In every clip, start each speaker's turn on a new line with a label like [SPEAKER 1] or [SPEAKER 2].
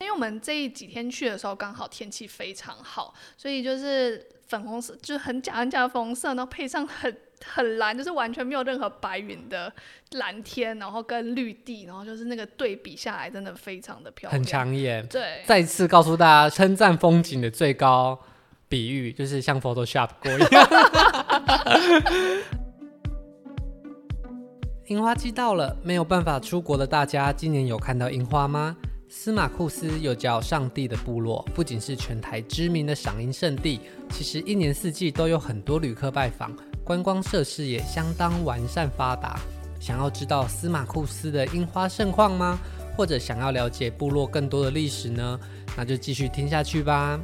[SPEAKER 1] 因为我们这几天去的时候刚好天气非常好，所以就是粉红色，就是很假很假的粉红色，然后配上很很蓝，就是完全没有任何白云的蓝天，然后跟绿地，然后就是那个对比下来，真的非常的漂亮。
[SPEAKER 2] 很抢眼。
[SPEAKER 1] 对，
[SPEAKER 2] 再次告诉大家，称赞风景的最高比喻就是像 Photoshop 过一样。樱花季到了，没有办法出国的大家，今年有看到樱花吗？司马库斯又叫上帝的部落，不仅是全台知名的赏樱圣地，其实一年四季都有很多旅客拜访，观光设施也相当完善发达。想要知道司马库斯的樱花盛况吗？或者想要了解部落更多的历史呢？那就继续听下去吧。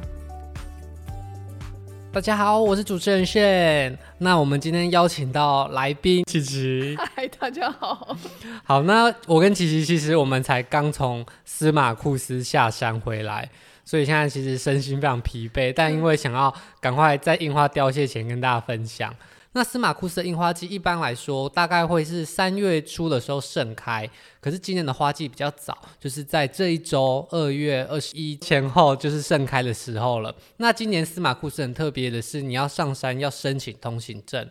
[SPEAKER 2] 大家好，我是主持人炫。那我们今天邀请到来宾琪琪。
[SPEAKER 1] 嗨，大家好。
[SPEAKER 2] 好，那我跟琪琪其实我们才刚从司马库斯下山回来，所以现在其实身心非常疲惫，但因为想要赶快在樱花凋谢前跟大家分享。那司马库斯的樱花季一般来说大概会是三月初的时候盛开，可是今年的花季比较早，就是在这一周二月二十一前后就是盛开的时候了。那今年司马库斯很特别的是，你要上山要申请通行证，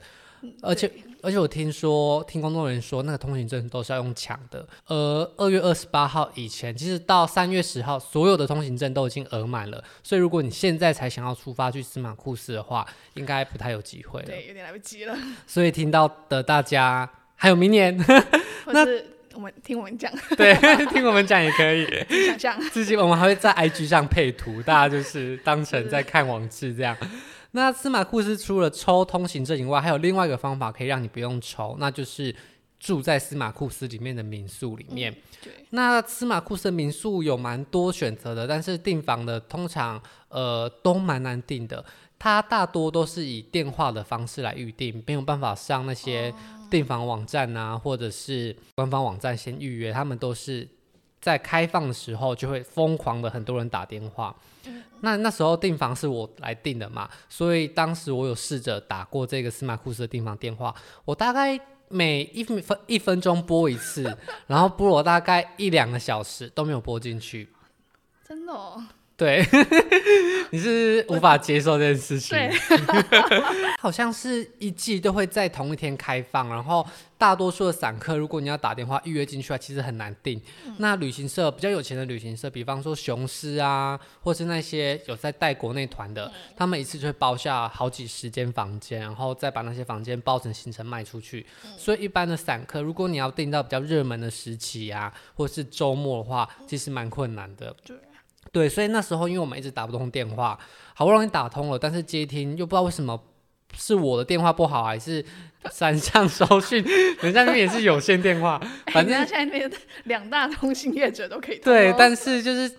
[SPEAKER 2] 而且而且我听说，听工作人员说，那个通行证都是要用抢的。呃，二月二十八号以前，其实到三月十号，所有的通行证都已经额满了。所以如果你现在才想要出发去司马库斯的话，应该不太有机会了。
[SPEAKER 1] 对，有点来不及 了。
[SPEAKER 2] 所以听到的大家，还有明年，
[SPEAKER 1] 或是我们听我们讲，
[SPEAKER 2] 对，听我们讲也可以。
[SPEAKER 1] 自己想象。
[SPEAKER 2] 自己我们还会在 IG 上配图，大家就是当成在看网志这样。那司马库斯除了抽通行证以外，还有另外一个方法可以让你不用抽，那就是住在司马库斯里面的民宿里面。
[SPEAKER 1] 对，
[SPEAKER 2] 那司马库斯的民宿有蛮多选择的，但是订房的通常呃都蛮难订的，它大多都是以电话的方式来预定，没有办法上那些订房网站啊，或者是官方网站先预约，他们都是在开放的时候就会疯狂的很多人打电话。那那时候订房是我来订的嘛，所以当时我有试着打过这个司马库斯的订房电话，我大概每一分一分钟拨一次，然后播了大概一两个小时都没有播进去。
[SPEAKER 1] 真的哦。
[SPEAKER 2] 对， 你是无法接受这件事情。
[SPEAKER 1] 对，
[SPEAKER 2] 好像是一季都会在同一天开放，然后大多数的散客，如果你要打电话预约进去啊，其实很难订。那旅行社比较有钱的旅行社，比方说雄狮啊，或是那些有在带国内团的，他们一次就会包下好几十间房间，然后再把那些房间包成行程卖出去。所以一般的散客，如果你要订到比较热门的时期啊，或是周末的话，其实蛮困难的。
[SPEAKER 1] 对
[SPEAKER 2] 对，所以那时候因为我们一直打不通电话，好不容易打通了，但是接听又不知道为什么是我的电话不好，还是山上收讯， 人家那边也是有线 电话，反正
[SPEAKER 1] 人家现在那个两大通信业者都可以通
[SPEAKER 2] 对
[SPEAKER 1] 哦，
[SPEAKER 2] 但是就是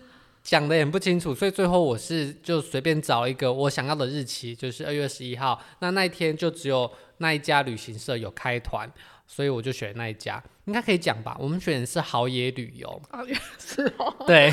[SPEAKER 2] 讲的也不清楚，所以最后我是就随便找一个我想要的日期，就是二月十一号。那那一天就只有那一家旅行社有开团，所以我就选那一家，应该可以讲吧？我们选的是好野旅游，
[SPEAKER 1] 啊，哦原来是哦，
[SPEAKER 2] 对，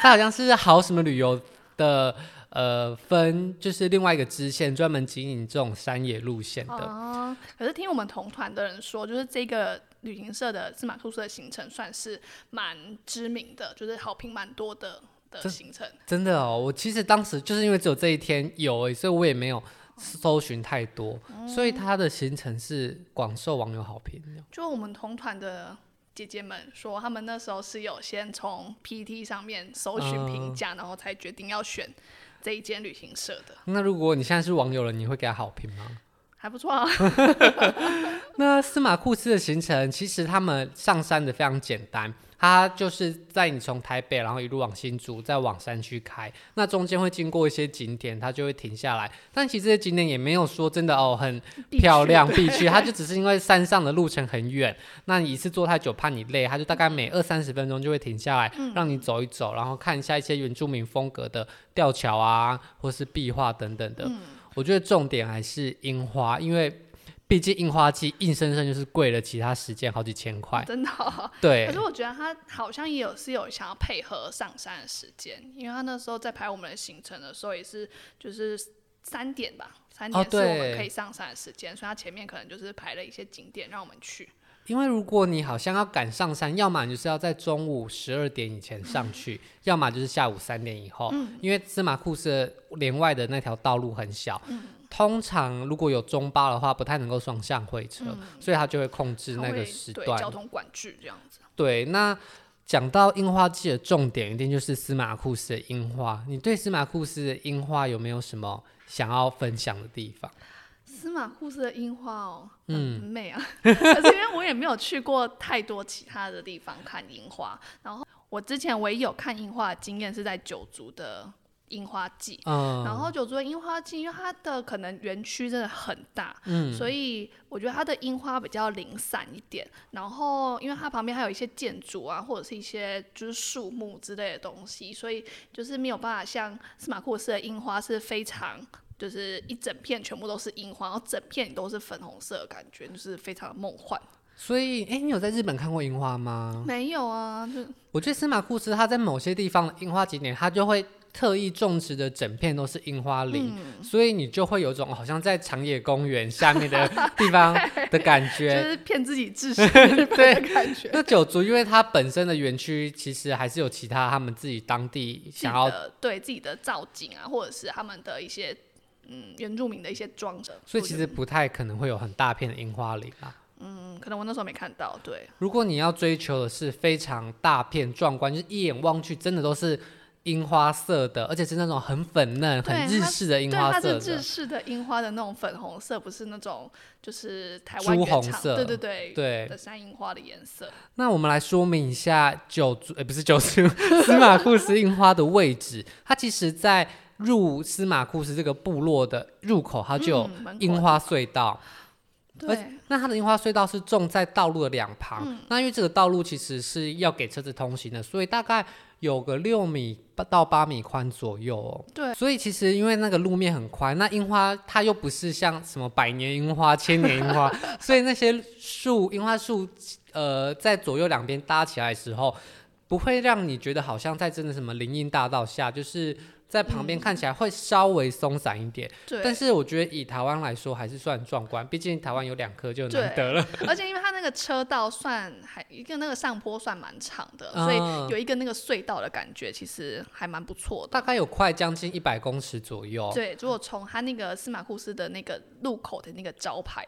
[SPEAKER 2] 它好像是好什么旅游的。呃，分就是另外一个支线，专门经营这种山野路线的。
[SPEAKER 1] 啊，可是听我们同团的人说，就是这个旅行社的司马库斯的行程算是蛮知名的，就是好评蛮多的的行程。
[SPEAKER 2] 真的哦，我其实当时就是因为只有这一天有而已，所以我也没有搜寻太多，所以它的行程是广受网友好评的。
[SPEAKER 1] 就我们同团的姐姐们说，他们那时候是有先从 PT 上面搜寻
[SPEAKER 2] 嗯
[SPEAKER 1] 评价，然后才决定要选这一间旅行社的，
[SPEAKER 2] 那如果你现在是网友了，你会给他好评吗？
[SPEAKER 1] 还不错啊。
[SPEAKER 2] 那司马库斯的行程，其实他们上山的非常简单，它就是在你从台北，然后一路往新竹，再往山区开，那中间会经过一些景点，它就会停下来。但其实这些景点也没有说真的哦，很
[SPEAKER 1] 必去
[SPEAKER 2] 漂亮
[SPEAKER 1] 对
[SPEAKER 2] 必 去，它就只是因为山上的路程很远，那你一次坐太久怕你累，它就大概
[SPEAKER 1] 嗯
[SPEAKER 2] 每二三十分钟就会停下来，让你走一走，然后看一下一些原住民风格的吊桥啊，或是壁画等等的。
[SPEAKER 1] 嗯
[SPEAKER 2] 我觉得重点还是樱花，因为毕竟樱花季硬生生就是贵了其他时间好几千块。
[SPEAKER 1] 真的哦、可
[SPEAKER 2] 对
[SPEAKER 1] 是，我觉得他好像也有是有想要配合上山的时间，因为他那时候在排我们的行程的时候也是就是三点吧，三
[SPEAKER 2] 哦
[SPEAKER 1] 点是我
[SPEAKER 2] 对
[SPEAKER 1] 们可以上山的时间，所以他前面可能就是排了一些景点让我们去。
[SPEAKER 2] 因为如果你好像要赶上山，要么你就是要在中午十二点以前上去，要么就是下午三点以后，因为司马库斯的连外的那条道路很小。通常如果有中巴的话，不太能够双向会车，所以它就会控制
[SPEAKER 1] 它
[SPEAKER 2] 那个
[SPEAKER 1] 会
[SPEAKER 2] 时
[SPEAKER 1] 对
[SPEAKER 2] 段。
[SPEAKER 1] 交通管制这样子。
[SPEAKER 2] 对，那讲到樱花季的重点，一定就是司马库斯的樱花。你对司马库斯的樱花有没有什么想要分享的地方？
[SPEAKER 1] 司马库斯的樱花哦，
[SPEAKER 2] 嗯
[SPEAKER 1] 嗯，很美啊。 可是因为我也没有去过太多其他的地方看樱花，然后我之前唯一有看樱花的经验是在九族的樱花季。
[SPEAKER 2] 嗯，
[SPEAKER 1] 然后九族的樱花季，因为它的可能园区真的很大，
[SPEAKER 2] 嗯
[SPEAKER 1] 所以我觉得它的樱花比较零散一点。然后，因为它旁边还有一些建筑啊，或者是一些就是树木之类的东西，所以就是没有办法像司马库斯的樱花是非常。就是一整片全部都是樱花，然后整片都是粉红色的感觉，就是非常的梦幻。
[SPEAKER 2] 所以，哎、你有在日本看过樱花吗？
[SPEAKER 1] 没有啊，就
[SPEAKER 2] 我觉得司马库斯它在某些地方的樱花景点，它就会特意种植的整片都是樱花林，
[SPEAKER 1] 嗯
[SPEAKER 2] 所以你就会有种好像在长野公园下面的地 方的感
[SPEAKER 1] 就
[SPEAKER 2] 觉。
[SPEAKER 1] 是骗自己自信的 感觉。
[SPEAKER 2] 那九族，因为它本身的园区其实还是有其他他们自己当地
[SPEAKER 1] 自己
[SPEAKER 2] 想要
[SPEAKER 1] 的对自己的造景啊，或者是他们的一些嗯原住民的一些装着，
[SPEAKER 2] 所以
[SPEAKER 1] 我
[SPEAKER 2] 其
[SPEAKER 1] 觉
[SPEAKER 2] 实不太可能会有很大片的樱花林啊。
[SPEAKER 1] 得嗯，可能我那时候没看到，对，
[SPEAKER 2] 如果你要追求的是非常大片壮观，就是一眼望去真的都是樱花色的，而且是那种很粉嫩、
[SPEAKER 1] 对
[SPEAKER 2] 很日
[SPEAKER 1] 它
[SPEAKER 2] 式的樱
[SPEAKER 1] 对，
[SPEAKER 2] 花
[SPEAKER 1] 它
[SPEAKER 2] 色
[SPEAKER 1] 是日
[SPEAKER 2] 的。
[SPEAKER 1] 式的樱花的那种粉红色，不是那种就是台湾
[SPEAKER 2] 朱
[SPEAKER 1] 原
[SPEAKER 2] 红
[SPEAKER 1] 厂，
[SPEAKER 2] 色
[SPEAKER 1] 对对对
[SPEAKER 2] 对，
[SPEAKER 1] 的山樱花的颜色。
[SPEAKER 2] 那我们来说明一下九族，呃，不是九族， 司马库斯樱花的位置。它其实，在入司马库斯这个部落的入口，它就有
[SPEAKER 1] 嗯门口
[SPEAKER 2] 樱花隧道。而
[SPEAKER 1] 对，
[SPEAKER 2] 那它的樱花隧道是种在道路的两旁，那因为这个道路其实是要给车子通行的，所以大概有个六米到八米宽左右哦。
[SPEAKER 1] 对
[SPEAKER 2] 所以其实因为那个路面很宽，那樱花它又不是像什么百年樱花、千年樱 花，所以那些树樱花树，呃，在左右两边搭起来的时候，不会让你觉得好像在真的什么林荫大道下，就是在旁边看起来会稍微松散一点。但
[SPEAKER 1] 对，
[SPEAKER 2] 是我觉得以台湾来说还是算壮观，毕竟台湾有两颗就难得了。
[SPEAKER 1] 而且因为它那个车道算还一个那个上坡算蛮长的，所
[SPEAKER 2] 啊
[SPEAKER 1] 以有一个那个隧道的感觉，其实还蛮不错的。
[SPEAKER 2] 大概有快将近一百公尺左右。
[SPEAKER 1] 对，如果从它那个司马库斯的那个路口的那个招牌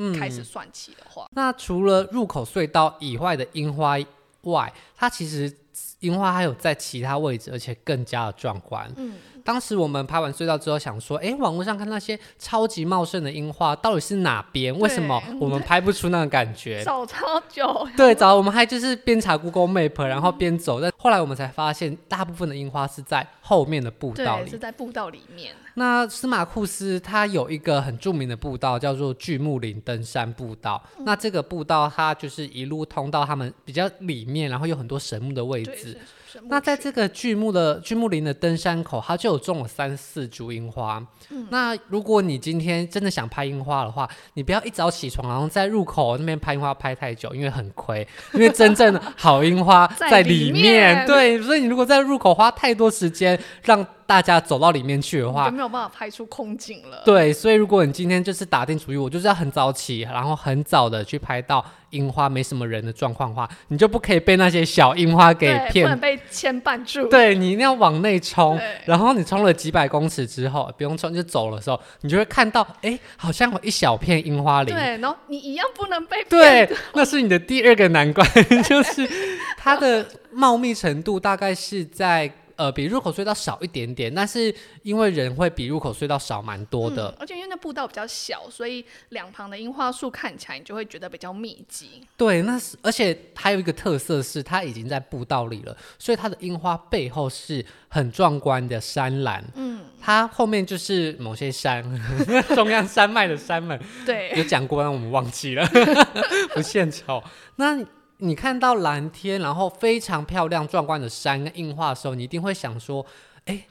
[SPEAKER 2] 嗯
[SPEAKER 1] 开始算起的话，
[SPEAKER 2] 那除了入口隧道以外的樱花外，它其实樱花还有在其他位置，而且更加的壮观。
[SPEAKER 1] 嗯，
[SPEAKER 2] 当时我们拍完隧道之后，想说，诶，网络上看那些超级茂盛的樱花，到底是哪边？为什么我们拍不出那个感 觉？
[SPEAKER 1] 走超久，
[SPEAKER 2] 对，找我们还就是边查 Google Map，然后边走，但后来我们才发现，大部分的樱花是在后面的步道
[SPEAKER 1] 对，
[SPEAKER 2] 里
[SPEAKER 1] 是在步道里面，
[SPEAKER 2] 那司马库斯它有一个很著名的步道，叫做巨木林登山步道。
[SPEAKER 1] 嗯
[SPEAKER 2] 那这个步道它就是一路通到他们比较里面，然后有很多神木的位
[SPEAKER 1] 对，是
[SPEAKER 2] 置。
[SPEAKER 1] 神木
[SPEAKER 2] 那在
[SPEAKER 1] 区
[SPEAKER 2] 这个巨木的巨木林的登山口，它就有种了三四株樱花。
[SPEAKER 1] 嗯
[SPEAKER 2] 那如果你今天真的想拍樱花的话，你不要一早起床，然后在入口那边拍樱花拍太久，因为很亏。因为真正的好樱花
[SPEAKER 1] 在
[SPEAKER 2] 在
[SPEAKER 1] 里
[SPEAKER 2] 里
[SPEAKER 1] 面
[SPEAKER 2] 对，所以你如果在入口花太多时间让大家走到里面去的
[SPEAKER 1] 你
[SPEAKER 2] 话
[SPEAKER 1] 就，没有办法拍出空景了。
[SPEAKER 2] 对，所以如果你今天就是打定主意，我就是要很早起，然后很早的去拍到樱花没什么人的状况的话，你就不可以被那些小樱花给
[SPEAKER 1] 对不能
[SPEAKER 2] 骗。
[SPEAKER 1] 被牵绊住。
[SPEAKER 2] 对哦你一定要往内冲
[SPEAKER 1] 对，
[SPEAKER 2] 然后你冲了几百公尺之后，不用冲就走的时候，你就会看到，哎，好像有一小片樱花林。
[SPEAKER 1] 对，然后你一样不能被骗。
[SPEAKER 2] 对，那是你的第二个难关，就是它的茂密程度大概是在呃比入口隧道少一点点，但是因为人会比入口隧道少蛮多的，
[SPEAKER 1] 嗯而且因为那步道比较小，所以两旁的樱花树看起来你就会觉得比较密集。
[SPEAKER 2] 对，那是而且还有一个特色是，它已经在步道里了，所以它的樱花背后是很壮观的山岚。嗯，它后面就是某些山， 中央山脉的山们
[SPEAKER 1] 对，
[SPEAKER 2] 有讲过，但我们忘记了， 不献丑。那你看到蓝天，然后非常漂亮壮观的山跟樱花的时候，你一定会想说，哎，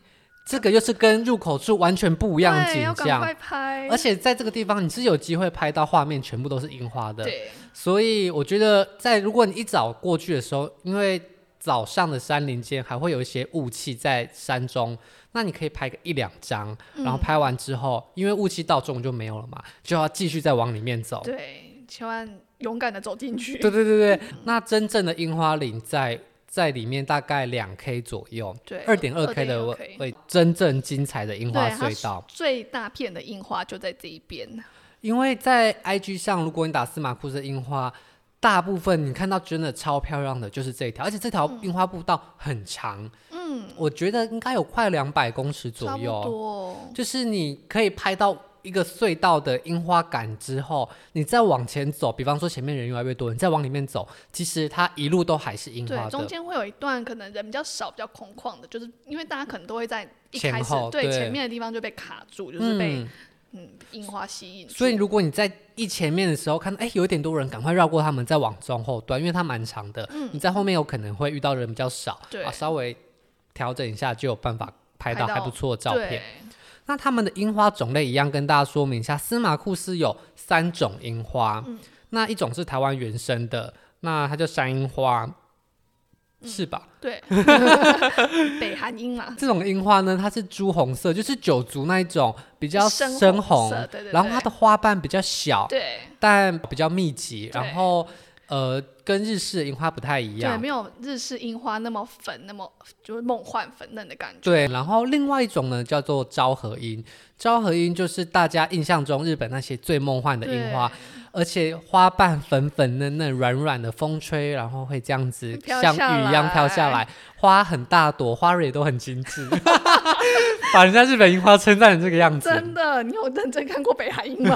[SPEAKER 2] 这个又是跟入口处完全 不一样的
[SPEAKER 1] 对，要
[SPEAKER 2] 景
[SPEAKER 1] 赶
[SPEAKER 2] 象。
[SPEAKER 1] 快拍。
[SPEAKER 2] 而且在这个地方，你是有机会拍到画面全部都是樱花的。
[SPEAKER 1] 对，
[SPEAKER 2] 所以我觉得，在如果你一早过去的时候，因为早上的山林间还会有一些雾气在山中，那你可以拍个一两张，然后拍完之后，因为雾气到中午就没有了嘛，就要继续再往里面走。
[SPEAKER 1] 对，千万勇敢的走进去。
[SPEAKER 2] 对对对对，那真正的樱花林在在里面大概两 K 左右，
[SPEAKER 1] 对，
[SPEAKER 2] 二点二 K 哦的
[SPEAKER 1] 2.2K
[SPEAKER 2] 位位真正精彩的樱花
[SPEAKER 1] 对，它
[SPEAKER 2] 隧道。
[SPEAKER 1] 最大片的樱花就在这一边。
[SPEAKER 2] 因为在 IG 上，如果你打司马库斯樱花，大部分你看到真的超漂亮的就是这一条，而且这条樱花步道很长，嗯，我觉得应该有快两百公尺
[SPEAKER 1] 差
[SPEAKER 2] 左
[SPEAKER 1] 不
[SPEAKER 2] 右，
[SPEAKER 1] 多，
[SPEAKER 2] 就是你可以拍到。一个隧道的樱花感之后，你再往前走，比方说前面人越来越多，你再往里面走，其实它一路都还是樱花
[SPEAKER 1] 对，中
[SPEAKER 2] 的。
[SPEAKER 1] 间会有一段可能人比较少、比较空旷的，就是因为大家可能都会在一
[SPEAKER 2] 前
[SPEAKER 1] 开始
[SPEAKER 2] 后
[SPEAKER 1] 对
[SPEAKER 2] 对
[SPEAKER 1] 前面的地方就被卡住，就是被嗯樱花吸引住。
[SPEAKER 2] 所以如果你在一前面的时候看到，哎、有一点多人，赶快绕过他们，再往中后端，因为它蛮长的。你在后面有可能会遇到人比较少，
[SPEAKER 1] 嗯对
[SPEAKER 2] 啊，稍微调整一下就有办法拍到
[SPEAKER 1] 拍到
[SPEAKER 2] 还不错的照片。
[SPEAKER 1] 对
[SPEAKER 2] 那他们的樱花种类一样，跟大家说明一下，司马库斯有三种樱花，
[SPEAKER 1] 嗯
[SPEAKER 2] 那一种是台湾原生的，那它叫山樱花。是吧？
[SPEAKER 1] 对， 北韩樱嘛，
[SPEAKER 2] 这种樱花呢，它是朱红色，就是九族那一种比较
[SPEAKER 1] 深红
[SPEAKER 2] 深红，
[SPEAKER 1] 色对对
[SPEAKER 2] 然后
[SPEAKER 1] 对
[SPEAKER 2] 它的花瓣比较小，
[SPEAKER 1] 对
[SPEAKER 2] 但比较密集，
[SPEAKER 1] 对
[SPEAKER 2] 然后呃，跟日式的樱花不太一
[SPEAKER 1] 对，
[SPEAKER 2] 样。
[SPEAKER 1] 没有日式樱花那么粉，那么就是梦幻粉嫩的感觉。
[SPEAKER 2] 对，然后另外一种呢叫做昭和樱，昭和樱就是大家印象中日本那些最梦幻的樱花，而且花瓣粉粉嫩嫩、软软的，风吹然后会这样子
[SPEAKER 1] 飘
[SPEAKER 2] 像
[SPEAKER 1] 下
[SPEAKER 2] 雨一样飘下
[SPEAKER 1] 来
[SPEAKER 2] 来，花很大朵，花蕊都很精致， 把人家日本樱花称赞成这个样子，
[SPEAKER 1] 真的，你有认真看过北韩樱 吗？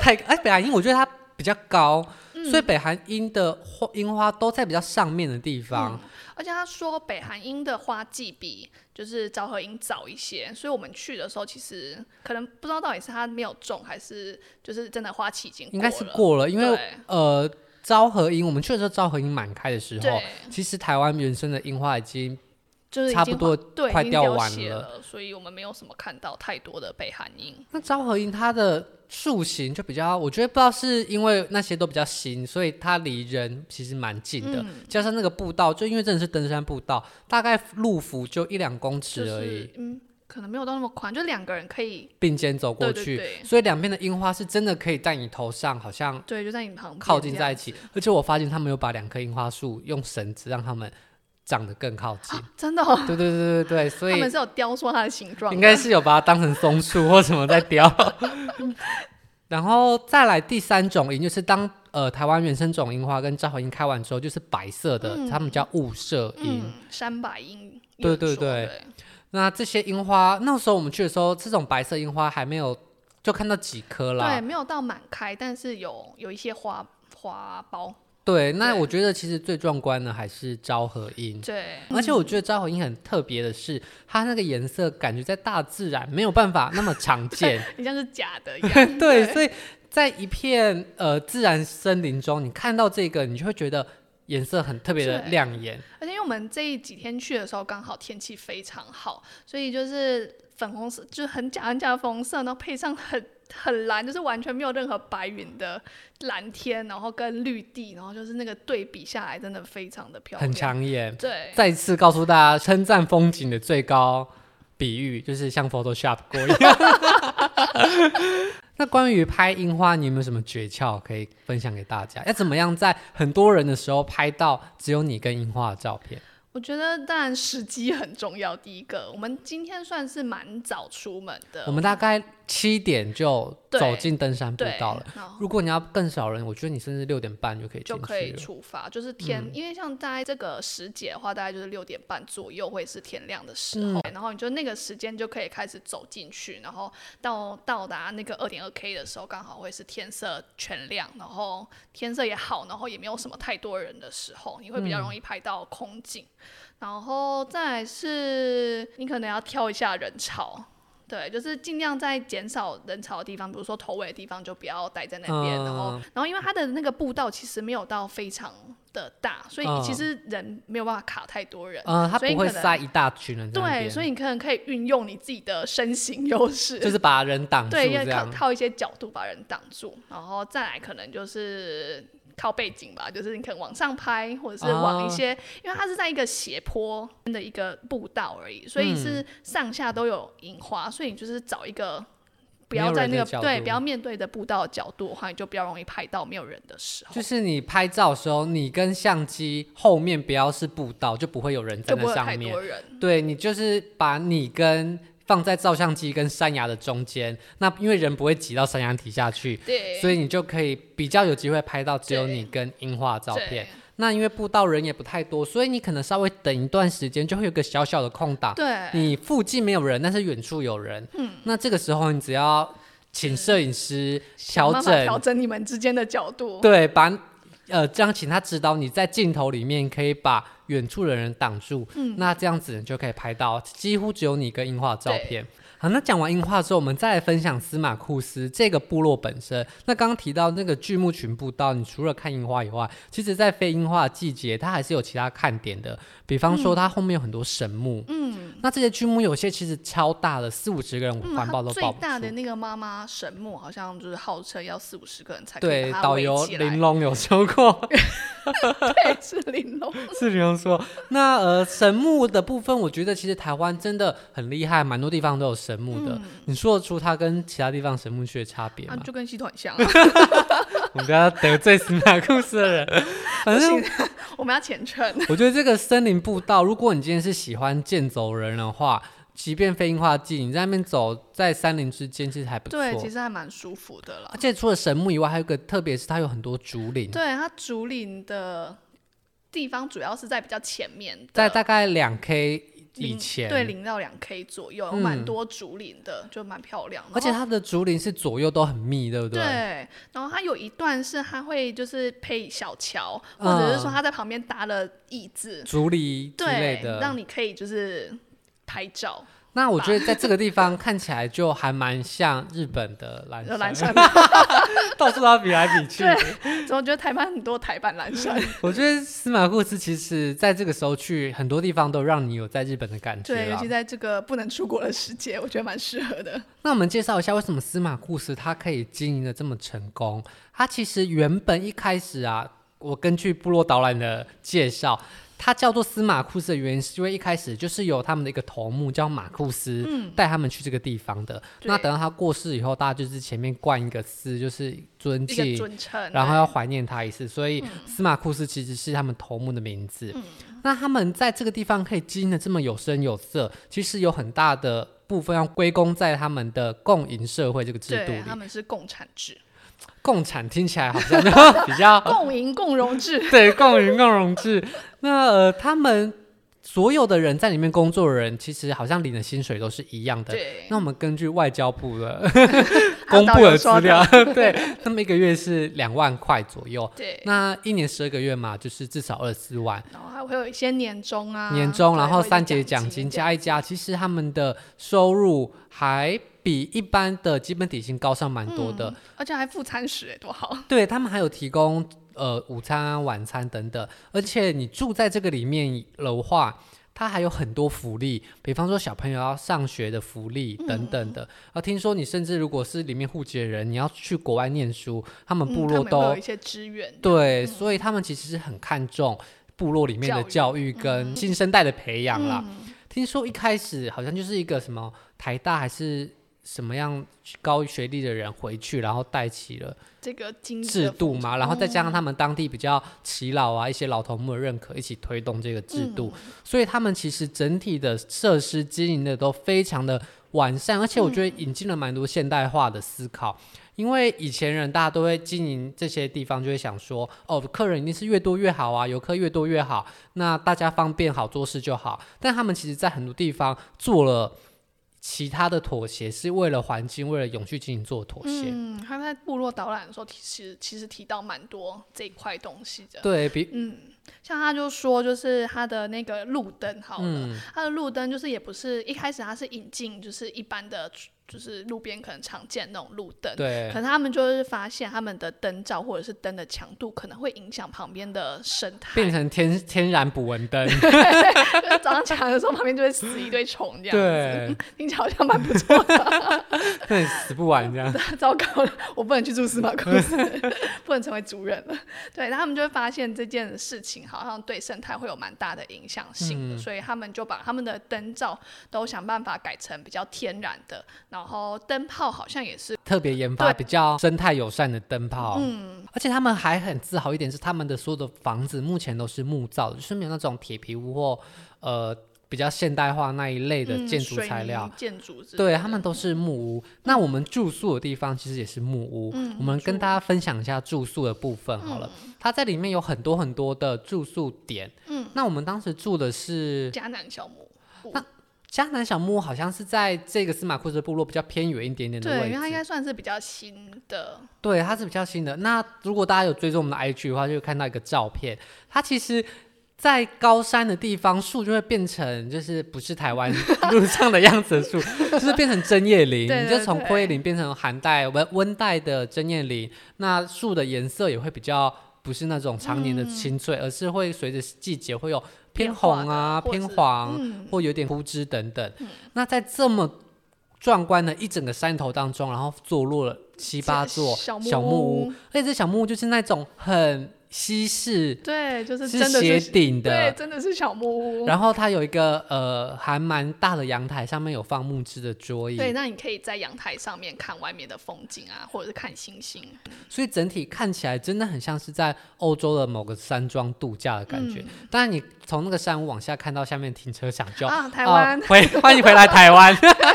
[SPEAKER 2] 太哎，北韩樱我觉得它比较高，
[SPEAKER 1] 嗯
[SPEAKER 2] 所以北韩樱的花樱花都在比较上面的地方。
[SPEAKER 1] 而且他说北韩樱的花季比就是昭和樱早一些，所以我们去的时候其实可能不知道到底是他没有种，还是就是真的花期已经
[SPEAKER 2] 应该是
[SPEAKER 1] 了
[SPEAKER 2] 过了，因为
[SPEAKER 1] 对
[SPEAKER 2] 呃，昭和樱我们去的时候，昭和樱满开的时候
[SPEAKER 1] 对，
[SPEAKER 2] 其实台湾原生的樱花已经
[SPEAKER 1] 就是已
[SPEAKER 2] 差
[SPEAKER 1] 经
[SPEAKER 2] 不多
[SPEAKER 1] 花对
[SPEAKER 2] 快
[SPEAKER 1] 已经
[SPEAKER 2] 掉
[SPEAKER 1] 凋
[SPEAKER 2] 完
[SPEAKER 1] 谢
[SPEAKER 2] 了
[SPEAKER 1] 了，所以我们没有什么看到太多的北韩樱。
[SPEAKER 2] 那昭和樱它的树形就比较，我觉得不知道是因为那些都比较新，所以它离人其实蛮近的，
[SPEAKER 1] 嗯
[SPEAKER 2] 加上那个步道，就因为真的是登山步道，大概路幅就一两
[SPEAKER 1] 就
[SPEAKER 2] 公尺而已，
[SPEAKER 1] 是嗯，可能没有到那么宽，就两个人可以
[SPEAKER 2] 并肩走过
[SPEAKER 1] 对对
[SPEAKER 2] 去，
[SPEAKER 1] 对
[SPEAKER 2] 所以两边的樱花是真的可以在你头上，好像。
[SPEAKER 1] 对，就在你旁边
[SPEAKER 2] 靠近
[SPEAKER 1] 这
[SPEAKER 2] 在
[SPEAKER 1] 样
[SPEAKER 2] 一起，而且我发现他们有把两棵樱花树用绳子让它们长得更靠近。
[SPEAKER 1] 啊真的、 哦，
[SPEAKER 2] 对对对对对，所
[SPEAKER 1] 他
[SPEAKER 2] 以
[SPEAKER 1] 们是有雕塑它的形状的，
[SPEAKER 2] 应该是嗯有把它当成松树或什么在 雕。然后再来第三种樱，就是当呃台湾原生种樱花跟昭和樱开完之后，就是白色的，他们叫雾社樱。
[SPEAKER 1] 嗯，山百樱，有
[SPEAKER 2] 对
[SPEAKER 1] 人
[SPEAKER 2] 对
[SPEAKER 1] 说
[SPEAKER 2] 对
[SPEAKER 1] 对
[SPEAKER 2] 那这些樱花，那时候我们去的时候，这种白色樱花还没有，就看到几颗
[SPEAKER 1] 对，
[SPEAKER 2] 啦。
[SPEAKER 1] 没有到满开，但是有有一些花花苞，
[SPEAKER 2] 对，那
[SPEAKER 1] 对
[SPEAKER 2] 我觉得其实最壮观的还是昭和樱。
[SPEAKER 1] 对，
[SPEAKER 2] 而且我觉得昭和樱很特别的是，它那个颜色感觉在大自然没有办法那么常见，
[SPEAKER 1] 你像是假 的一样，
[SPEAKER 2] 对，
[SPEAKER 1] 对
[SPEAKER 2] 所以在一片呃自然森林中，你看到这个，你就会觉得颜色很特别的
[SPEAKER 1] 对
[SPEAKER 2] 亮眼。
[SPEAKER 1] 而且因为我们这几天去的时候刚好天气非常好，所以就是粉红色，就是很假很假的粉红色，然后配上很很蓝，就是完全没有任何白云的蓝天，然后跟绿地，然后就是那个对比下来，真的非常的漂亮，
[SPEAKER 2] 很抢眼。
[SPEAKER 1] 对，
[SPEAKER 2] 再次告诉大家，称赞风景的最高比喻就是像 Photoshop 过一样。 那关于拍樱花，你有没有什么诀窍可以分享给大家？要怎么样在很多人的时候拍到只有你跟樱花的照片？
[SPEAKER 1] 我觉得当然时机很重要。第一个，我们今天算是蛮早出门的，
[SPEAKER 2] 我们大概七点就
[SPEAKER 1] 呃对
[SPEAKER 2] 走进登山步
[SPEAKER 1] 对
[SPEAKER 2] 道了。，
[SPEAKER 1] 然后
[SPEAKER 2] 如果你要更少人，我觉得你甚至六点半就可以进
[SPEAKER 1] 就
[SPEAKER 2] 去
[SPEAKER 1] 可以
[SPEAKER 2] 了嗯
[SPEAKER 1] 出发，就是天，因为像大概这个时节的话，大概就是六点半左右会是天亮的时
[SPEAKER 2] 嗯
[SPEAKER 1] 候，然后你就那个时间就可以开始走进去，然后到到达那个二点二 K 的时候，刚好会是天色全亮，然后天色也好，然后也没有什么太多人的时候，你会比较
[SPEAKER 2] 嗯
[SPEAKER 1] 容易拍到空景。然后再来是你可能要挑一下人潮。对，就是尽量在减少人潮的地方，比如说头尾的地方就不要待在那边，然后
[SPEAKER 2] 嗯
[SPEAKER 1] 然后因为它的那个步道其实没有到非常的大，所以
[SPEAKER 2] 嗯
[SPEAKER 1] 其实人没有办法卡太多人。
[SPEAKER 2] 呃，它
[SPEAKER 1] 所以
[SPEAKER 2] 不会
[SPEAKER 1] 可能
[SPEAKER 2] 塞一大群人在那
[SPEAKER 1] 对，
[SPEAKER 2] 边
[SPEAKER 1] 所以你可能可以运用你自己的身形优势，
[SPEAKER 2] 就是把人挡住
[SPEAKER 1] 对，
[SPEAKER 2] 这
[SPEAKER 1] 要靠
[SPEAKER 2] 样。
[SPEAKER 1] 靠一些角度把人挡住，然后再来可能就是靠背景吧，就是你可能往上拍，或者是往一
[SPEAKER 2] 哦
[SPEAKER 1] 些，因为它是在一个斜坡的
[SPEAKER 2] 嗯
[SPEAKER 1] 一个步道而已，所以是上下都有樱花，所以你就是找一个。不
[SPEAKER 2] 没
[SPEAKER 1] 要
[SPEAKER 2] 有
[SPEAKER 1] 在
[SPEAKER 2] 人
[SPEAKER 1] 那
[SPEAKER 2] 的
[SPEAKER 1] 个
[SPEAKER 2] 角
[SPEAKER 1] 对
[SPEAKER 2] 度
[SPEAKER 1] 不要面对的步道的角度的话，你就比较容易拍到没有人的时候，
[SPEAKER 2] 就是你拍照的时候，你跟相机后面不要是步道，就不会有人
[SPEAKER 1] 就
[SPEAKER 2] 站
[SPEAKER 1] 不
[SPEAKER 2] 在
[SPEAKER 1] 会有
[SPEAKER 2] 上
[SPEAKER 1] 太
[SPEAKER 2] 面。
[SPEAKER 1] 多人。
[SPEAKER 2] 对你就是把你跟放在照相机跟山崖的中间，那因为人不会挤到山崖底下去，
[SPEAKER 1] 对，
[SPEAKER 2] 所以你就可以比较有机会拍到只有
[SPEAKER 1] 对
[SPEAKER 2] 你跟樱花的照
[SPEAKER 1] 对
[SPEAKER 2] 片。那因为步道人也不太多，所以你可能稍微等一段时间，就会有个小小的空档。
[SPEAKER 1] 对
[SPEAKER 2] 啊你附近没有人，但是远处有人。嗯，那这个时候你只要请摄影师调
[SPEAKER 1] 想办法
[SPEAKER 2] 整
[SPEAKER 1] 调整你们之间的角度。
[SPEAKER 2] 对，把呃这样请他指导你在镜头里面可以把远处的人挡住，
[SPEAKER 1] 嗯
[SPEAKER 2] 那这样子你就可以拍到几乎只有你跟樱花的照
[SPEAKER 1] 对
[SPEAKER 2] 片。好，那讲完樱花之后，我们再来分享司马库斯这个部落本身。那刚刚提到那个巨木群步道，你除了看樱花以外，其实在非樱花的季节，它还是有其他看点的。比方
[SPEAKER 1] 嗯
[SPEAKER 2] 说，它后面有很多神木，嗯，那这些巨木有些其实超大的，四五十个人
[SPEAKER 1] 嗯，
[SPEAKER 2] 环抱
[SPEAKER 1] 它
[SPEAKER 2] 都
[SPEAKER 1] 最
[SPEAKER 2] 抱不住。
[SPEAKER 1] 大的那个妈妈神木好像就是号称要四五十个人才可以
[SPEAKER 2] 对，
[SPEAKER 1] 把它
[SPEAKER 2] 导
[SPEAKER 1] 围
[SPEAKER 2] 游
[SPEAKER 1] 起来
[SPEAKER 2] 玲珑有说过，
[SPEAKER 1] 对，是玲珑。
[SPEAKER 2] 是这样说。那呃，神木的部分，我觉得其实台湾真的很厉害，蛮多地方都有神木的。你说得出它跟其他地方神木区的差别
[SPEAKER 1] 嗯啊，
[SPEAKER 2] 吗？
[SPEAKER 1] 就跟西团像、啊，
[SPEAKER 2] 我们不要得罪司马库斯的人。 反正
[SPEAKER 1] 我们要虔诚。
[SPEAKER 2] 我觉得这个森林步道，如果你今天是喜欢健走人的话，即便非樱花季，你在那边走在山林之间，其实还不错。
[SPEAKER 1] 对，其实还蛮舒服的啦
[SPEAKER 2] 而。且除了神木以外，还有一个特别是它有很多竹林，
[SPEAKER 1] 对，它竹林的地方主要是在比较前面的，
[SPEAKER 2] 在大概两 K 以
[SPEAKER 1] 零
[SPEAKER 2] 前，
[SPEAKER 1] 嗯对零到两 K 左右，
[SPEAKER 2] 嗯
[SPEAKER 1] 蛮多竹林的，就蛮漂亮。
[SPEAKER 2] 而且
[SPEAKER 1] 然后
[SPEAKER 2] 它的竹林是左右都很密，对不对？
[SPEAKER 1] 对，然后它有一段是它会就是配小桥，或者是说它在旁边搭了椅子，
[SPEAKER 2] 竹篱嗯之类
[SPEAKER 1] 对
[SPEAKER 2] 的，，
[SPEAKER 1] 让你可以就是拍照。
[SPEAKER 2] 那我觉得在这个地方看起来就还蛮像日本的蓝
[SPEAKER 1] 有
[SPEAKER 2] 山，
[SPEAKER 1] 蓝山，
[SPEAKER 2] 到处都要比来比去。
[SPEAKER 1] 怎么觉得台湾很多台版 蓝山？
[SPEAKER 2] 我觉得司马库斯其实在这个时候去很多地方都让你有在日本的感觉
[SPEAKER 1] 对，尤
[SPEAKER 2] 啦
[SPEAKER 1] 其。在这个不能出国的世界，我觉得蛮适合的。
[SPEAKER 2] 那我们介绍一下为什么司马库斯他可以经营的这么成功。他其实原本一开始啊，我根据部落导览的介绍。他叫做司马库斯的原因，是因为一开始就是有他们的一个头目叫马库斯，带他们去这个地方的。
[SPEAKER 1] 嗯对
[SPEAKER 2] 那等到他过世以后，大家就是前面冠一个“司”，就是尊
[SPEAKER 1] 一个
[SPEAKER 2] 敬，
[SPEAKER 1] 尊称，
[SPEAKER 2] 然后要怀念他一次，所
[SPEAKER 1] 嗯
[SPEAKER 2] 以司马库斯其实是他们头目的名字。那他们在这个地方可以经营的这么有声有色，其实有很大的部分要归功在他们的共赢社会这个制度
[SPEAKER 1] 对，他
[SPEAKER 2] 里。
[SPEAKER 1] 们是共产制、
[SPEAKER 2] 共产听起来好像 比较
[SPEAKER 1] 共赢、共荣制。
[SPEAKER 2] 对共赢共荣制。那呃，他们所有的人在里面工作的人，其实好像领的薪水都是一样的，
[SPEAKER 1] 对
[SPEAKER 2] 那，我们根据外交部的
[SPEAKER 1] 啊
[SPEAKER 2] 公布
[SPEAKER 1] 导游
[SPEAKER 2] 的资
[SPEAKER 1] 说的
[SPEAKER 2] 料，对，他们一个月是两万块左右。
[SPEAKER 1] 对，
[SPEAKER 2] 那一年十二个月嘛，就是至少二十四万
[SPEAKER 1] 然后还会有一些年终啊，
[SPEAKER 2] 年终，然
[SPEAKER 1] 对
[SPEAKER 2] 后
[SPEAKER 1] 会有
[SPEAKER 2] 三节奖金
[SPEAKER 1] 金
[SPEAKER 2] 加一加，其实他们的收入还比一般的基本底薪高上蛮多的。
[SPEAKER 1] 嗯而且还附餐食，哎，多好！
[SPEAKER 2] 对他们还有提供呃午餐啊、晚餐等等，而且你住在这个里面的话，它还有很多福利，比方说小朋友要上学的福利等等
[SPEAKER 1] 嗯
[SPEAKER 2] 的。啊，听说你甚至如果是里面户籍的人，你要去国外念书，他们
[SPEAKER 1] 嗯
[SPEAKER 2] 部
[SPEAKER 1] 他们
[SPEAKER 2] 落
[SPEAKER 1] 会
[SPEAKER 2] 都
[SPEAKER 1] 有一些支援，
[SPEAKER 2] 对，所以他们其实是很看重部落里面的教
[SPEAKER 1] 教
[SPEAKER 2] 育跟新生代的培养啦。
[SPEAKER 1] 嗯
[SPEAKER 2] 听说一开始好像就是一个什么台大还是什么样高学历的人回去，然后带起了
[SPEAKER 1] 这个经济
[SPEAKER 2] 制
[SPEAKER 1] 嗯的嗯
[SPEAKER 2] 度嘛，然后再加上他们当地比较耆老啊一些老头目的认可，一起推动这个制
[SPEAKER 1] 嗯
[SPEAKER 2] 度，所以他们其实整体的设施经营的都非常的完善，而且我觉得引进了蛮多现代化的思考。因为以前人大家都会经营这些地方，就会想说，哦，客人一定是越多越好啊，游客越多越好，那大家方便好做事就好。但他们其实在很多地方做了其他的妥协，是为了环境、为了永续经营做妥协。
[SPEAKER 1] 嗯，他在部落导览的时候，其实其实提到蛮多这一块东西的。
[SPEAKER 2] 对比
[SPEAKER 1] 嗯，像他就说，就是他的那个路灯好了，
[SPEAKER 2] 嗯
[SPEAKER 1] 它的路灯就是也不是一开始它是引进就是一般的，就是路边可能常见那种路灯，
[SPEAKER 2] 对
[SPEAKER 1] 可是他们就是发现他们的灯罩或者是灯的强度可能会影响旁边的生态，
[SPEAKER 2] 变成天天然捕蚊 灯，
[SPEAKER 1] 就是 早上起来的时候旁边就会死一堆虫这样子，
[SPEAKER 2] 对，
[SPEAKER 1] 听起来好像蛮不错的。
[SPEAKER 2] 那你死不完这样。
[SPEAKER 1] 糟糕了，我不能去住司马库斯， 不能成为主人了。对，他们就会发现这件事情好像对生态会有蛮大的影
[SPEAKER 2] 嗯
[SPEAKER 1] 响性的，所以他们就把他们的灯罩都想办法改成比较天然的，然然后灯泡好像也是，
[SPEAKER 2] 特别研发比较生态友善的灯泡。
[SPEAKER 1] 嗯，
[SPEAKER 2] 而且他们还很自豪一点是，他们的所有的房子目前都是木造的，就是没有那种铁皮屋或呃比较现代化那一类的
[SPEAKER 1] 嗯
[SPEAKER 2] 建筑
[SPEAKER 1] 水
[SPEAKER 2] 材
[SPEAKER 1] 泥
[SPEAKER 2] 料。
[SPEAKER 1] 建筑之类
[SPEAKER 2] 对
[SPEAKER 1] 的
[SPEAKER 2] 他们都是木屋。那我们住宿的地方其实也是木屋。
[SPEAKER 1] 嗯
[SPEAKER 2] 我们跟大家分享一下住宿的部分好了。它在里面有很多很多的住宿点。
[SPEAKER 1] 嗯，
[SPEAKER 2] 那我们当时住的是
[SPEAKER 1] 迦南小木屋，
[SPEAKER 2] 那迦南小木屋，好像是在这个司马库斯部落比较偏远一点点的
[SPEAKER 1] 对，因
[SPEAKER 2] 位
[SPEAKER 1] 为它应
[SPEAKER 2] 置。
[SPEAKER 1] 该算是比较新的，
[SPEAKER 2] 对，它是比较新的。那如果大家有追踪我们的 IG 的话，就会看到一个照片，它其实。在高山的地方，树就会变成就是不是台湾 路上的样子的树，就是变成针叶林，
[SPEAKER 1] 对
[SPEAKER 2] 你
[SPEAKER 1] 对
[SPEAKER 2] 就从
[SPEAKER 1] 对
[SPEAKER 2] 灰林变成寒带温温带的针叶林。那树的颜色也会比较不是那种常年的青翠，而是会随着季节会有
[SPEAKER 1] 嗯
[SPEAKER 2] 偏
[SPEAKER 1] 变化
[SPEAKER 2] 红啊、
[SPEAKER 1] 的或
[SPEAKER 2] 偏
[SPEAKER 1] 是
[SPEAKER 2] 黄，
[SPEAKER 1] 嗯，
[SPEAKER 2] 或有点枯枝等等。那在这么壮观的一整个山头当中，然后坐落了七八座
[SPEAKER 1] 小
[SPEAKER 2] 小木
[SPEAKER 1] 木
[SPEAKER 2] 屋，而且这小木屋就是那种很西式，
[SPEAKER 1] 对，就是
[SPEAKER 2] 是
[SPEAKER 1] 真的
[SPEAKER 2] 斜
[SPEAKER 1] 是
[SPEAKER 2] 顶
[SPEAKER 1] 对，
[SPEAKER 2] 的。
[SPEAKER 1] 真的是小木屋。
[SPEAKER 2] 然后它有一个呃还蛮大的阳台，上面有放木质的桌椅，
[SPEAKER 1] 对，那你可以在阳台上面看外面的风景啊，或者是看星星。
[SPEAKER 2] 所以整体看起来真的很像是在欧洲的某个山庄度假的感觉。当然，你从那个山屋往下看到下面停车场就，
[SPEAKER 1] 嗯啊台湾
[SPEAKER 2] 哦回 欢迎回来台湾，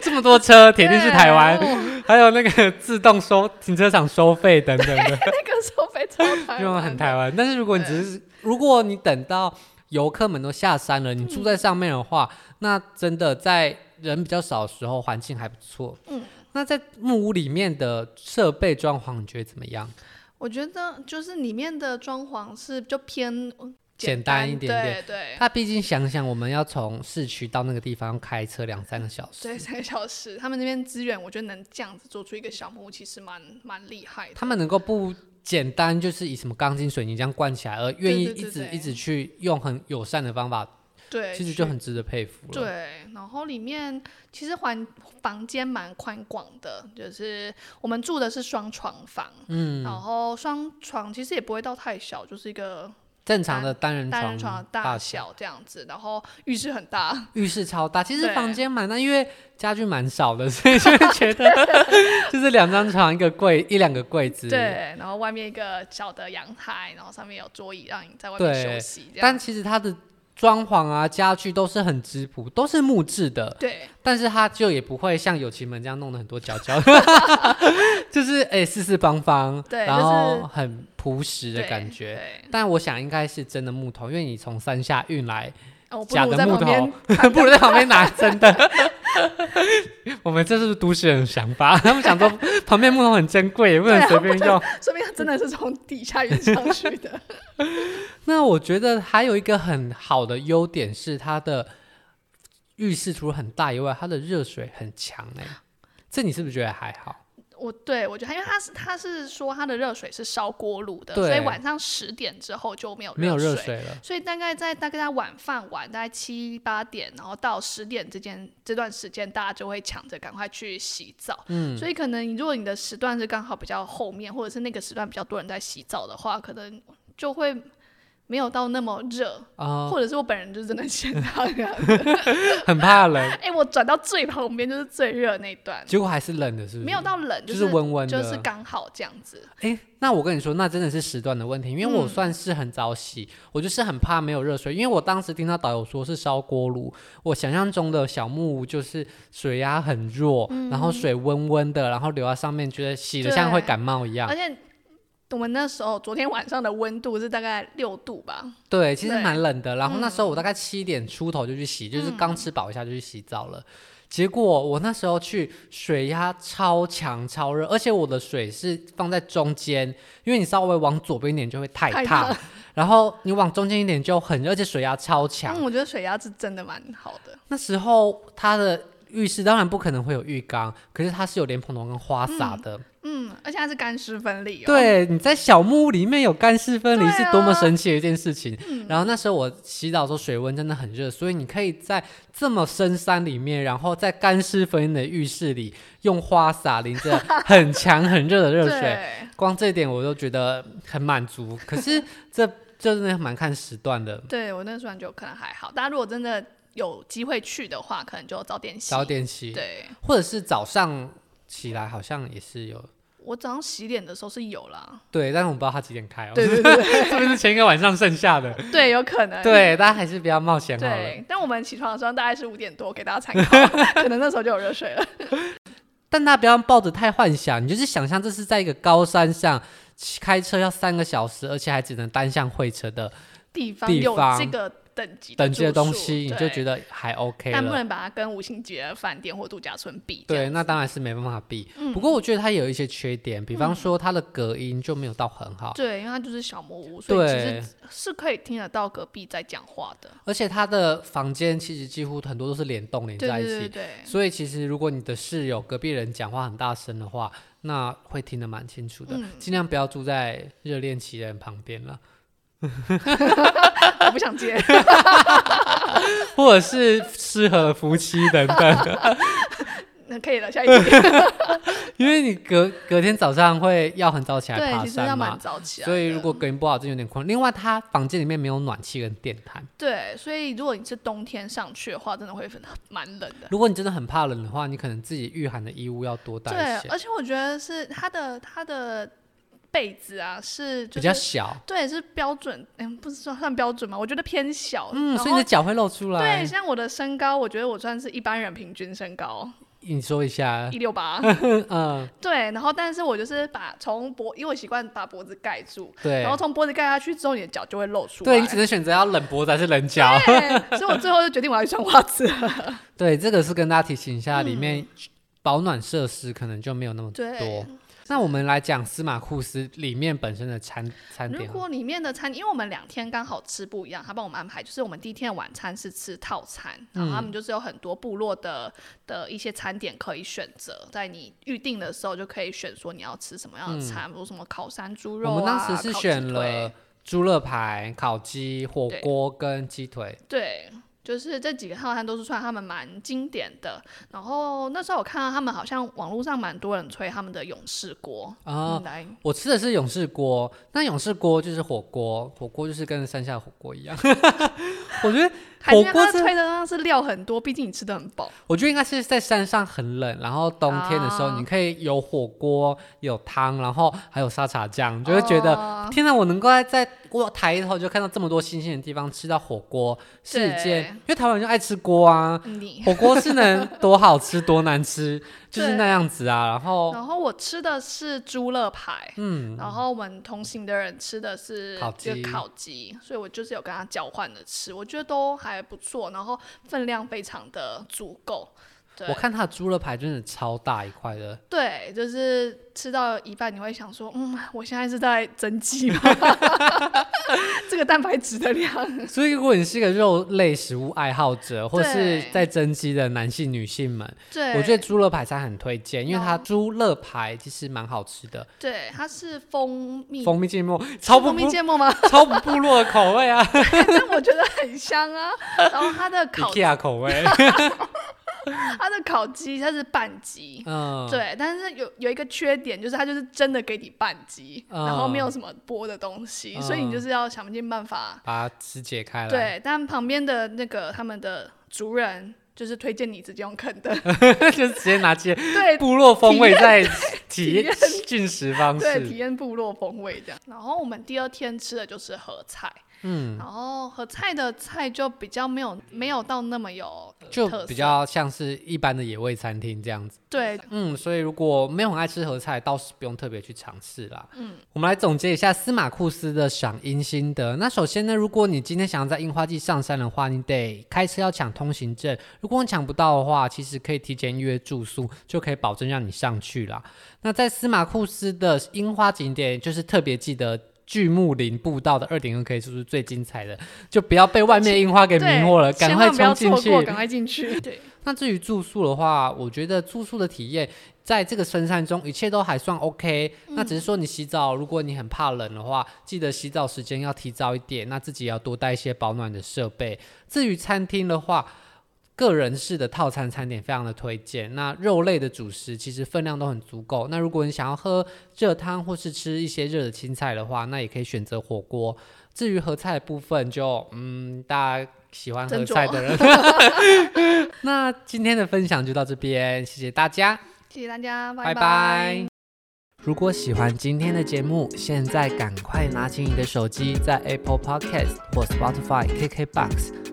[SPEAKER 2] 这么多车，铁定是台 湾。
[SPEAKER 1] 对哦
[SPEAKER 2] 还有那个自动收停车场收费等等的，
[SPEAKER 1] 那个时候非 常台
[SPEAKER 2] 就
[SPEAKER 1] 湾，
[SPEAKER 2] 很台湾。但是如果你只是，如果你等到游客们都下山了，你住在上面的话，那真的在人比较少的时候，环境还不错。
[SPEAKER 1] 嗯，
[SPEAKER 2] 那在木屋里面的设备装潢，你觉得怎么样？
[SPEAKER 1] 我觉得就是里面的装潢是就偏
[SPEAKER 2] 简单
[SPEAKER 1] 单
[SPEAKER 2] 一点点。，
[SPEAKER 1] 对对，
[SPEAKER 2] 那毕竟想想，我们要从市区到那个地方开车两三个小时，
[SPEAKER 1] 对三个小时，他们那边资源，我觉得能这样子做出一个小木屋，其实蛮蛮厉害的。
[SPEAKER 2] 他们能够不简单，就是以什么钢筋水泥这样灌起来，而愿意
[SPEAKER 1] 对对
[SPEAKER 2] 一
[SPEAKER 1] 对
[SPEAKER 2] 直
[SPEAKER 1] 对
[SPEAKER 2] 一直去用很友善的方法
[SPEAKER 1] 对，
[SPEAKER 2] 其实
[SPEAKER 1] 去
[SPEAKER 2] 就很值得佩服了。，
[SPEAKER 1] 对，然后里面其实环房间蛮宽广的，就是我们住的是双床房，嗯，然后双床其实也不会到太小，就是一个
[SPEAKER 2] 正常的单人
[SPEAKER 1] 单人
[SPEAKER 2] 床
[SPEAKER 1] 床的大
[SPEAKER 2] 小，
[SPEAKER 1] 小这样子，然后浴室很大，
[SPEAKER 2] 浴室超大。其实
[SPEAKER 1] 对
[SPEAKER 2] 房间蛮大，因为家具蛮少的，所以就会 觉得就是两张床、一个柜、一两个柜子。。
[SPEAKER 1] 对，然后外面一个小的阳台，然后上面有桌椅让你在外面
[SPEAKER 2] 对
[SPEAKER 1] 休息，这样
[SPEAKER 2] 但其实它的装潢啊、家具都是很质朴，都是木质的，
[SPEAKER 1] 对
[SPEAKER 2] 但是它就也不会像友情们这样弄得很多角角 的，就是哎、四四方方，
[SPEAKER 1] 对
[SPEAKER 2] 然
[SPEAKER 1] 就是
[SPEAKER 2] 后很朴实的
[SPEAKER 1] 对
[SPEAKER 2] 感觉。
[SPEAKER 1] 对，
[SPEAKER 2] 但我想应该是真的木头，因为你从山下运来，
[SPEAKER 1] 哦我不
[SPEAKER 2] 假
[SPEAKER 1] 如
[SPEAKER 2] 的
[SPEAKER 1] 在
[SPEAKER 2] 木
[SPEAKER 1] 旁 边
[SPEAKER 2] 头，不如在旁边拿真的。我们这是都市人的想法，他们想说旁边木头很珍贵，也不能
[SPEAKER 1] 对啊
[SPEAKER 2] 随便用。
[SPEAKER 1] 说明他真的是从底下运上去的。
[SPEAKER 2] 那我觉得还有一个很好的优点是它的浴室除了很大以外，它的热水很强哎、这你是不是觉得还好？
[SPEAKER 1] 我对我觉得它，因为它是它是说它的热水是烧锅炉的，
[SPEAKER 2] 对
[SPEAKER 1] 所以晚上十点之后就没有
[SPEAKER 2] 没有热
[SPEAKER 1] 热。
[SPEAKER 2] 水了，
[SPEAKER 1] 所以大概在大概在晚饭晚大概七八点，然后到十点之间这段时间，大家就会抢着赶快去洗澡。嗯，所以可能如果你的时段是刚好比较后面，或者是那个时段比较多人在洗澡的话，可能就会没有到那么热，
[SPEAKER 2] 啊、
[SPEAKER 1] 或者是我本人就真的嫌它凉。
[SPEAKER 2] 很怕冷，
[SPEAKER 1] 哎、我转到最旁边就是最热那一段，
[SPEAKER 2] 结果还是冷的，是不是？
[SPEAKER 1] 没有到冷，
[SPEAKER 2] 就是是温温的，
[SPEAKER 1] 就是刚好这样子。
[SPEAKER 2] 哎、那我跟你说，那真的是时段的问题，因为我
[SPEAKER 1] 嗯
[SPEAKER 2] 算是很早洗，我就是很怕没有热水，因为我当时听到导游说是烧锅炉，我想象中的小木屋就是水压很弱，然后水温温的，然后流到上面，觉得洗的像会
[SPEAKER 1] 嗯对
[SPEAKER 2] 感冒一样
[SPEAKER 1] 而。且我们那时候昨天晚上的温度是大概六度吧，
[SPEAKER 2] 对，其实
[SPEAKER 1] 对嗯
[SPEAKER 2] 蛮冷的。然后那时候我大概七点出头就去洗，就是刚吃饱一下就去洗澡了。结果我那时候去，水压超强超热，而且我的水是放在中间，因为你稍微往左边一点就会太
[SPEAKER 1] 太
[SPEAKER 2] 烫
[SPEAKER 1] 烫，
[SPEAKER 2] 然后你往中间一点就很热，而且水压超强。
[SPEAKER 1] 嗯，我觉得水压是真的蛮好的，
[SPEAKER 2] 那时候它的浴室当然不可能会有浴缸，可是它是有莲蓬头跟花洒的。
[SPEAKER 1] 嗯，而且它是干湿分离哦，，
[SPEAKER 2] 对，你在小木屋里面有干湿分离
[SPEAKER 1] 对
[SPEAKER 2] 是多么
[SPEAKER 1] 啊嗯
[SPEAKER 2] 神奇的一件事情。然后那时候我洗澡的时候水温真的很热，所以你可以在这么深山里面，然后在干湿分离的浴室里用花洒淋着很强很热的热 水，
[SPEAKER 1] 对
[SPEAKER 2] 光这一点我都觉得很满足。可是这这真的蛮看时段的。
[SPEAKER 1] 对我那时候就可能还好，大家如果真的。有机会去的话，可能就早点洗。
[SPEAKER 2] 早点洗，
[SPEAKER 1] 对，
[SPEAKER 2] 或者是早上起来好像也是有，
[SPEAKER 1] 我早上洗脸的时候是有啦，
[SPEAKER 2] 对，但是我不知道它几点开哦。
[SPEAKER 1] 对对对 呃
[SPEAKER 2] 是不是前一个晚上剩下的？
[SPEAKER 1] 对，有可能。
[SPEAKER 2] 对，大家还是不要冒险好了。
[SPEAKER 1] 对，但我们起床的时候大概是五点多，给大家参考， 可能那时候就有热水了。
[SPEAKER 2] 但大家不要抱着太幻想，你就是想象这是在一个高山上骑开车要三个小时，而且还只能单向会车的
[SPEAKER 1] 地方
[SPEAKER 2] 地
[SPEAKER 1] 有
[SPEAKER 2] 方
[SPEAKER 1] 这个等级
[SPEAKER 2] 等级的
[SPEAKER 1] 住
[SPEAKER 2] 东
[SPEAKER 1] 宿
[SPEAKER 2] 西，你就
[SPEAKER 1] 对
[SPEAKER 2] 觉得还 OK
[SPEAKER 1] 但不
[SPEAKER 2] 了。
[SPEAKER 1] 能把它跟五星级的饭店或度假村比。这
[SPEAKER 2] 对，
[SPEAKER 1] 样
[SPEAKER 2] 那当然是没办法避。
[SPEAKER 1] 嗯
[SPEAKER 2] 不过我觉得它有一些缺点，比方说它的隔音就没有到很好，
[SPEAKER 1] 对，因为它就是小木屋，所以其
[SPEAKER 2] 对
[SPEAKER 1] 实是可以听得到隔壁在讲话的。
[SPEAKER 2] 而且它的房间其实几乎很多都是联动连
[SPEAKER 1] 对
[SPEAKER 2] 在一
[SPEAKER 1] 对对
[SPEAKER 2] 起，
[SPEAKER 1] 对，
[SPEAKER 2] 所以其实如果你的室友隔壁人讲话很大声的话，那会听得蛮清楚的。
[SPEAKER 1] 嗯
[SPEAKER 2] 尽量不要住在热恋期的人旁边了，
[SPEAKER 1] 我不想接。
[SPEAKER 2] 或者是适合夫妻等等，
[SPEAKER 1] 那可以了，下一题。
[SPEAKER 2] 因为你隔隔天早上会要很早起来
[SPEAKER 1] 对，
[SPEAKER 2] 爬
[SPEAKER 1] 其实要
[SPEAKER 2] 山
[SPEAKER 1] 蛮
[SPEAKER 2] 嘛。
[SPEAKER 1] 早起来的。
[SPEAKER 2] 所以如果隔音不好，真有点困扰。另外，它房间里面没有暖气跟电毯。
[SPEAKER 1] 对，所以如果你是冬天上去的话，真的会很蛮冷的。
[SPEAKER 2] 如果你真的很怕冷的话，你可能自己御寒的衣物要多带
[SPEAKER 1] 对呃
[SPEAKER 2] 一些，，
[SPEAKER 1] 而且我觉得是它的它的被子啊是
[SPEAKER 2] 比
[SPEAKER 1] 就
[SPEAKER 2] 较
[SPEAKER 1] 是
[SPEAKER 2] 小。
[SPEAKER 1] 对是标准，嗯，不是说算标准嘛，我觉得偏小。
[SPEAKER 2] 嗯，
[SPEAKER 1] 哦然
[SPEAKER 2] 所以你
[SPEAKER 1] 后
[SPEAKER 2] 的脚会露出来
[SPEAKER 1] 对，。像我的身高，我觉得我算是一般人平均身高
[SPEAKER 2] 你说一下，
[SPEAKER 1] 一六八，
[SPEAKER 2] 嗯 嗯，
[SPEAKER 1] 对，然后但是我就是把从脖，因为我习惯把脖子盖住，
[SPEAKER 2] 对
[SPEAKER 1] 然，后从脖子盖下去之后，你的脚就会露出来。
[SPEAKER 2] 对你只能选择要冷脖子还是冷脚。
[SPEAKER 1] 对所以我最后就决定我要去穿袜子 了。
[SPEAKER 2] 对，这个是跟大家提醒一下，里面保暖设施可能就没有那么多。
[SPEAKER 1] 嗯对，
[SPEAKER 2] 那我们来讲司马库斯里面本身的餐餐
[SPEAKER 1] 如
[SPEAKER 2] 点好了，
[SPEAKER 1] 果里面的餐，因为我们两天刚好吃不一样，他帮我们安排，就是我们第一天的晚餐是吃套餐，
[SPEAKER 2] 嗯
[SPEAKER 1] 然后他们就是有很多部落的的一些餐点可以选择，在你预定的时候就可以选说你要吃什么样的餐，比如什么烤山猪肉啊，
[SPEAKER 2] 嗯我们当时是
[SPEAKER 1] 烤鸡
[SPEAKER 2] 选
[SPEAKER 1] 腿
[SPEAKER 2] 了猪肋排、烤鸡、火锅跟鸡腿。
[SPEAKER 1] 对，就是这几个套餐都是算他们蛮经典的。然后那时候我看到他们好像网络上蛮多人吹他们的勇士锅
[SPEAKER 2] 啊
[SPEAKER 1] 嗯来
[SPEAKER 2] 我吃的是勇士锅，那勇士锅就是火锅，火锅就是跟山下火锅一样。 我觉得
[SPEAKER 1] 还是
[SPEAKER 2] 火
[SPEAKER 1] 因为
[SPEAKER 2] 锅
[SPEAKER 1] 它
[SPEAKER 2] 真的
[SPEAKER 1] 吹的那是料很多，毕竟你吃的很饱。
[SPEAKER 2] 我觉得应该是在山上很冷，然后冬天的时候，
[SPEAKER 1] 啊
[SPEAKER 2] 你可以有火锅、有汤，然后还有沙茶酱，就会觉得、
[SPEAKER 1] 哦
[SPEAKER 2] 天哪！我能够在在我抬头就看到这么多新鲜的地方吃到火锅，是一件
[SPEAKER 1] 对，
[SPEAKER 2] 因为台湾人就爱吃锅啊，
[SPEAKER 1] 嗯你。
[SPEAKER 2] 火锅是能多好吃多难吃，就是
[SPEAKER 1] 对
[SPEAKER 2] 那样子啊。然后
[SPEAKER 1] 然后我吃的是猪肋排，
[SPEAKER 2] 嗯，
[SPEAKER 1] 然后我们同行的人吃的是
[SPEAKER 2] 烤
[SPEAKER 1] 这个
[SPEAKER 2] 鸡
[SPEAKER 1] 烤鸡，所以我就是有跟他交换着吃，我觉得都还不错，然后分量非常的足够。对
[SPEAKER 2] 我，看它的猪肋排真的超大一块的，
[SPEAKER 1] 对，就是吃到一半你会想说，嗯，我现在是在增肌 吗？这个蛋白质的量，
[SPEAKER 2] 所以如果你是一个肉类食物爱好者，或是
[SPEAKER 1] 对
[SPEAKER 2] 在增肌的男性女性们。
[SPEAKER 1] 对，
[SPEAKER 2] 我觉得猪肋排餐很推荐，因为它
[SPEAKER 1] 哦
[SPEAKER 2] 猪肋排其实蛮好吃的，
[SPEAKER 1] 对，它是蜂蜜，
[SPEAKER 2] 蜂蜜芥末超
[SPEAKER 1] 是
[SPEAKER 2] 不
[SPEAKER 1] 蜂蜜
[SPEAKER 2] 部
[SPEAKER 1] 芥末吗？
[SPEAKER 2] 超不部落的口味啊
[SPEAKER 1] 但我觉得很香啊。然后 它的烤，
[SPEAKER 2] ，IKEA 口 味，
[SPEAKER 1] 它的烤鸡它是半鸡，
[SPEAKER 2] 啊嗯，
[SPEAKER 1] 对，但是有有一个缺点，就是它就是真的给你半鸡，然后没有
[SPEAKER 2] 嗯
[SPEAKER 1] 什么剥的东西，所以你就
[SPEAKER 2] 嗯
[SPEAKER 1] 是要想尽办法。
[SPEAKER 2] 把它肢解开来，，
[SPEAKER 1] 对，但旁边的那个他们的族人就是推荐你直接用啃的，
[SPEAKER 2] 就直接拿起
[SPEAKER 1] 对，
[SPEAKER 2] 部落风味在体
[SPEAKER 1] 体
[SPEAKER 2] 验
[SPEAKER 1] 验
[SPEAKER 2] 进食方
[SPEAKER 1] 对，体
[SPEAKER 2] 式，
[SPEAKER 1] 验部落风味这样。然后我们第二天吃的就是合菜，
[SPEAKER 2] 嗯，
[SPEAKER 1] 然后合菜的菜就比较没有没有到那么有
[SPEAKER 2] 就
[SPEAKER 1] 特
[SPEAKER 2] 比
[SPEAKER 1] 色
[SPEAKER 2] 较像是一般的野味餐厅这样子。
[SPEAKER 1] 对，
[SPEAKER 2] 嗯，所以如果没有很爱吃合菜，倒是不用特别去尝试啦。嗯，我们来总结一下司马库斯的赏樱心得。那首先呢，如果你今天想要在樱花季上山的话，你得开车要抢通行证。如果你抢不到的话，其实可以提前预约住宿，就可以保证让你上去啦。那在司马库斯的樱花景点，就是特别记得。巨木林步道的二点二 K 是不是最精彩的？就不要被外面的樱花给迷
[SPEAKER 1] 对
[SPEAKER 2] 惑了，赶
[SPEAKER 1] 千
[SPEAKER 2] 快
[SPEAKER 1] 万不
[SPEAKER 2] 冲
[SPEAKER 1] 要
[SPEAKER 2] 进
[SPEAKER 1] 错
[SPEAKER 2] 去
[SPEAKER 1] 过，。赶快进去。对，
[SPEAKER 2] 那至于住宿的话，我觉得住宿的体验在这个深山中一切都还算 OK、那
[SPEAKER 1] 嗯
[SPEAKER 2] 只是说你洗澡，如果你很怕冷的话，记得洗澡时间要提早一点，那自己要多带一些保暖的设备。至于餐厅的话，个人式的套餐餐点非常的推荐。那肉类的主食其实分量都很足够。那如果你想要喝热汤或是吃一些热的青菜的话，那也可以选择火锅。至于合菜的部分就，嗯，大家喜欢喝
[SPEAKER 1] 斟酌
[SPEAKER 2] 菜的人。 那今天的分享就到这边，谢谢大家。
[SPEAKER 1] 谢谢大家，
[SPEAKER 2] 拜拜。如果喜欢今天的节目，现在赶快拿起你的手机，在 Apple Podcast 或 Spotify、KKBox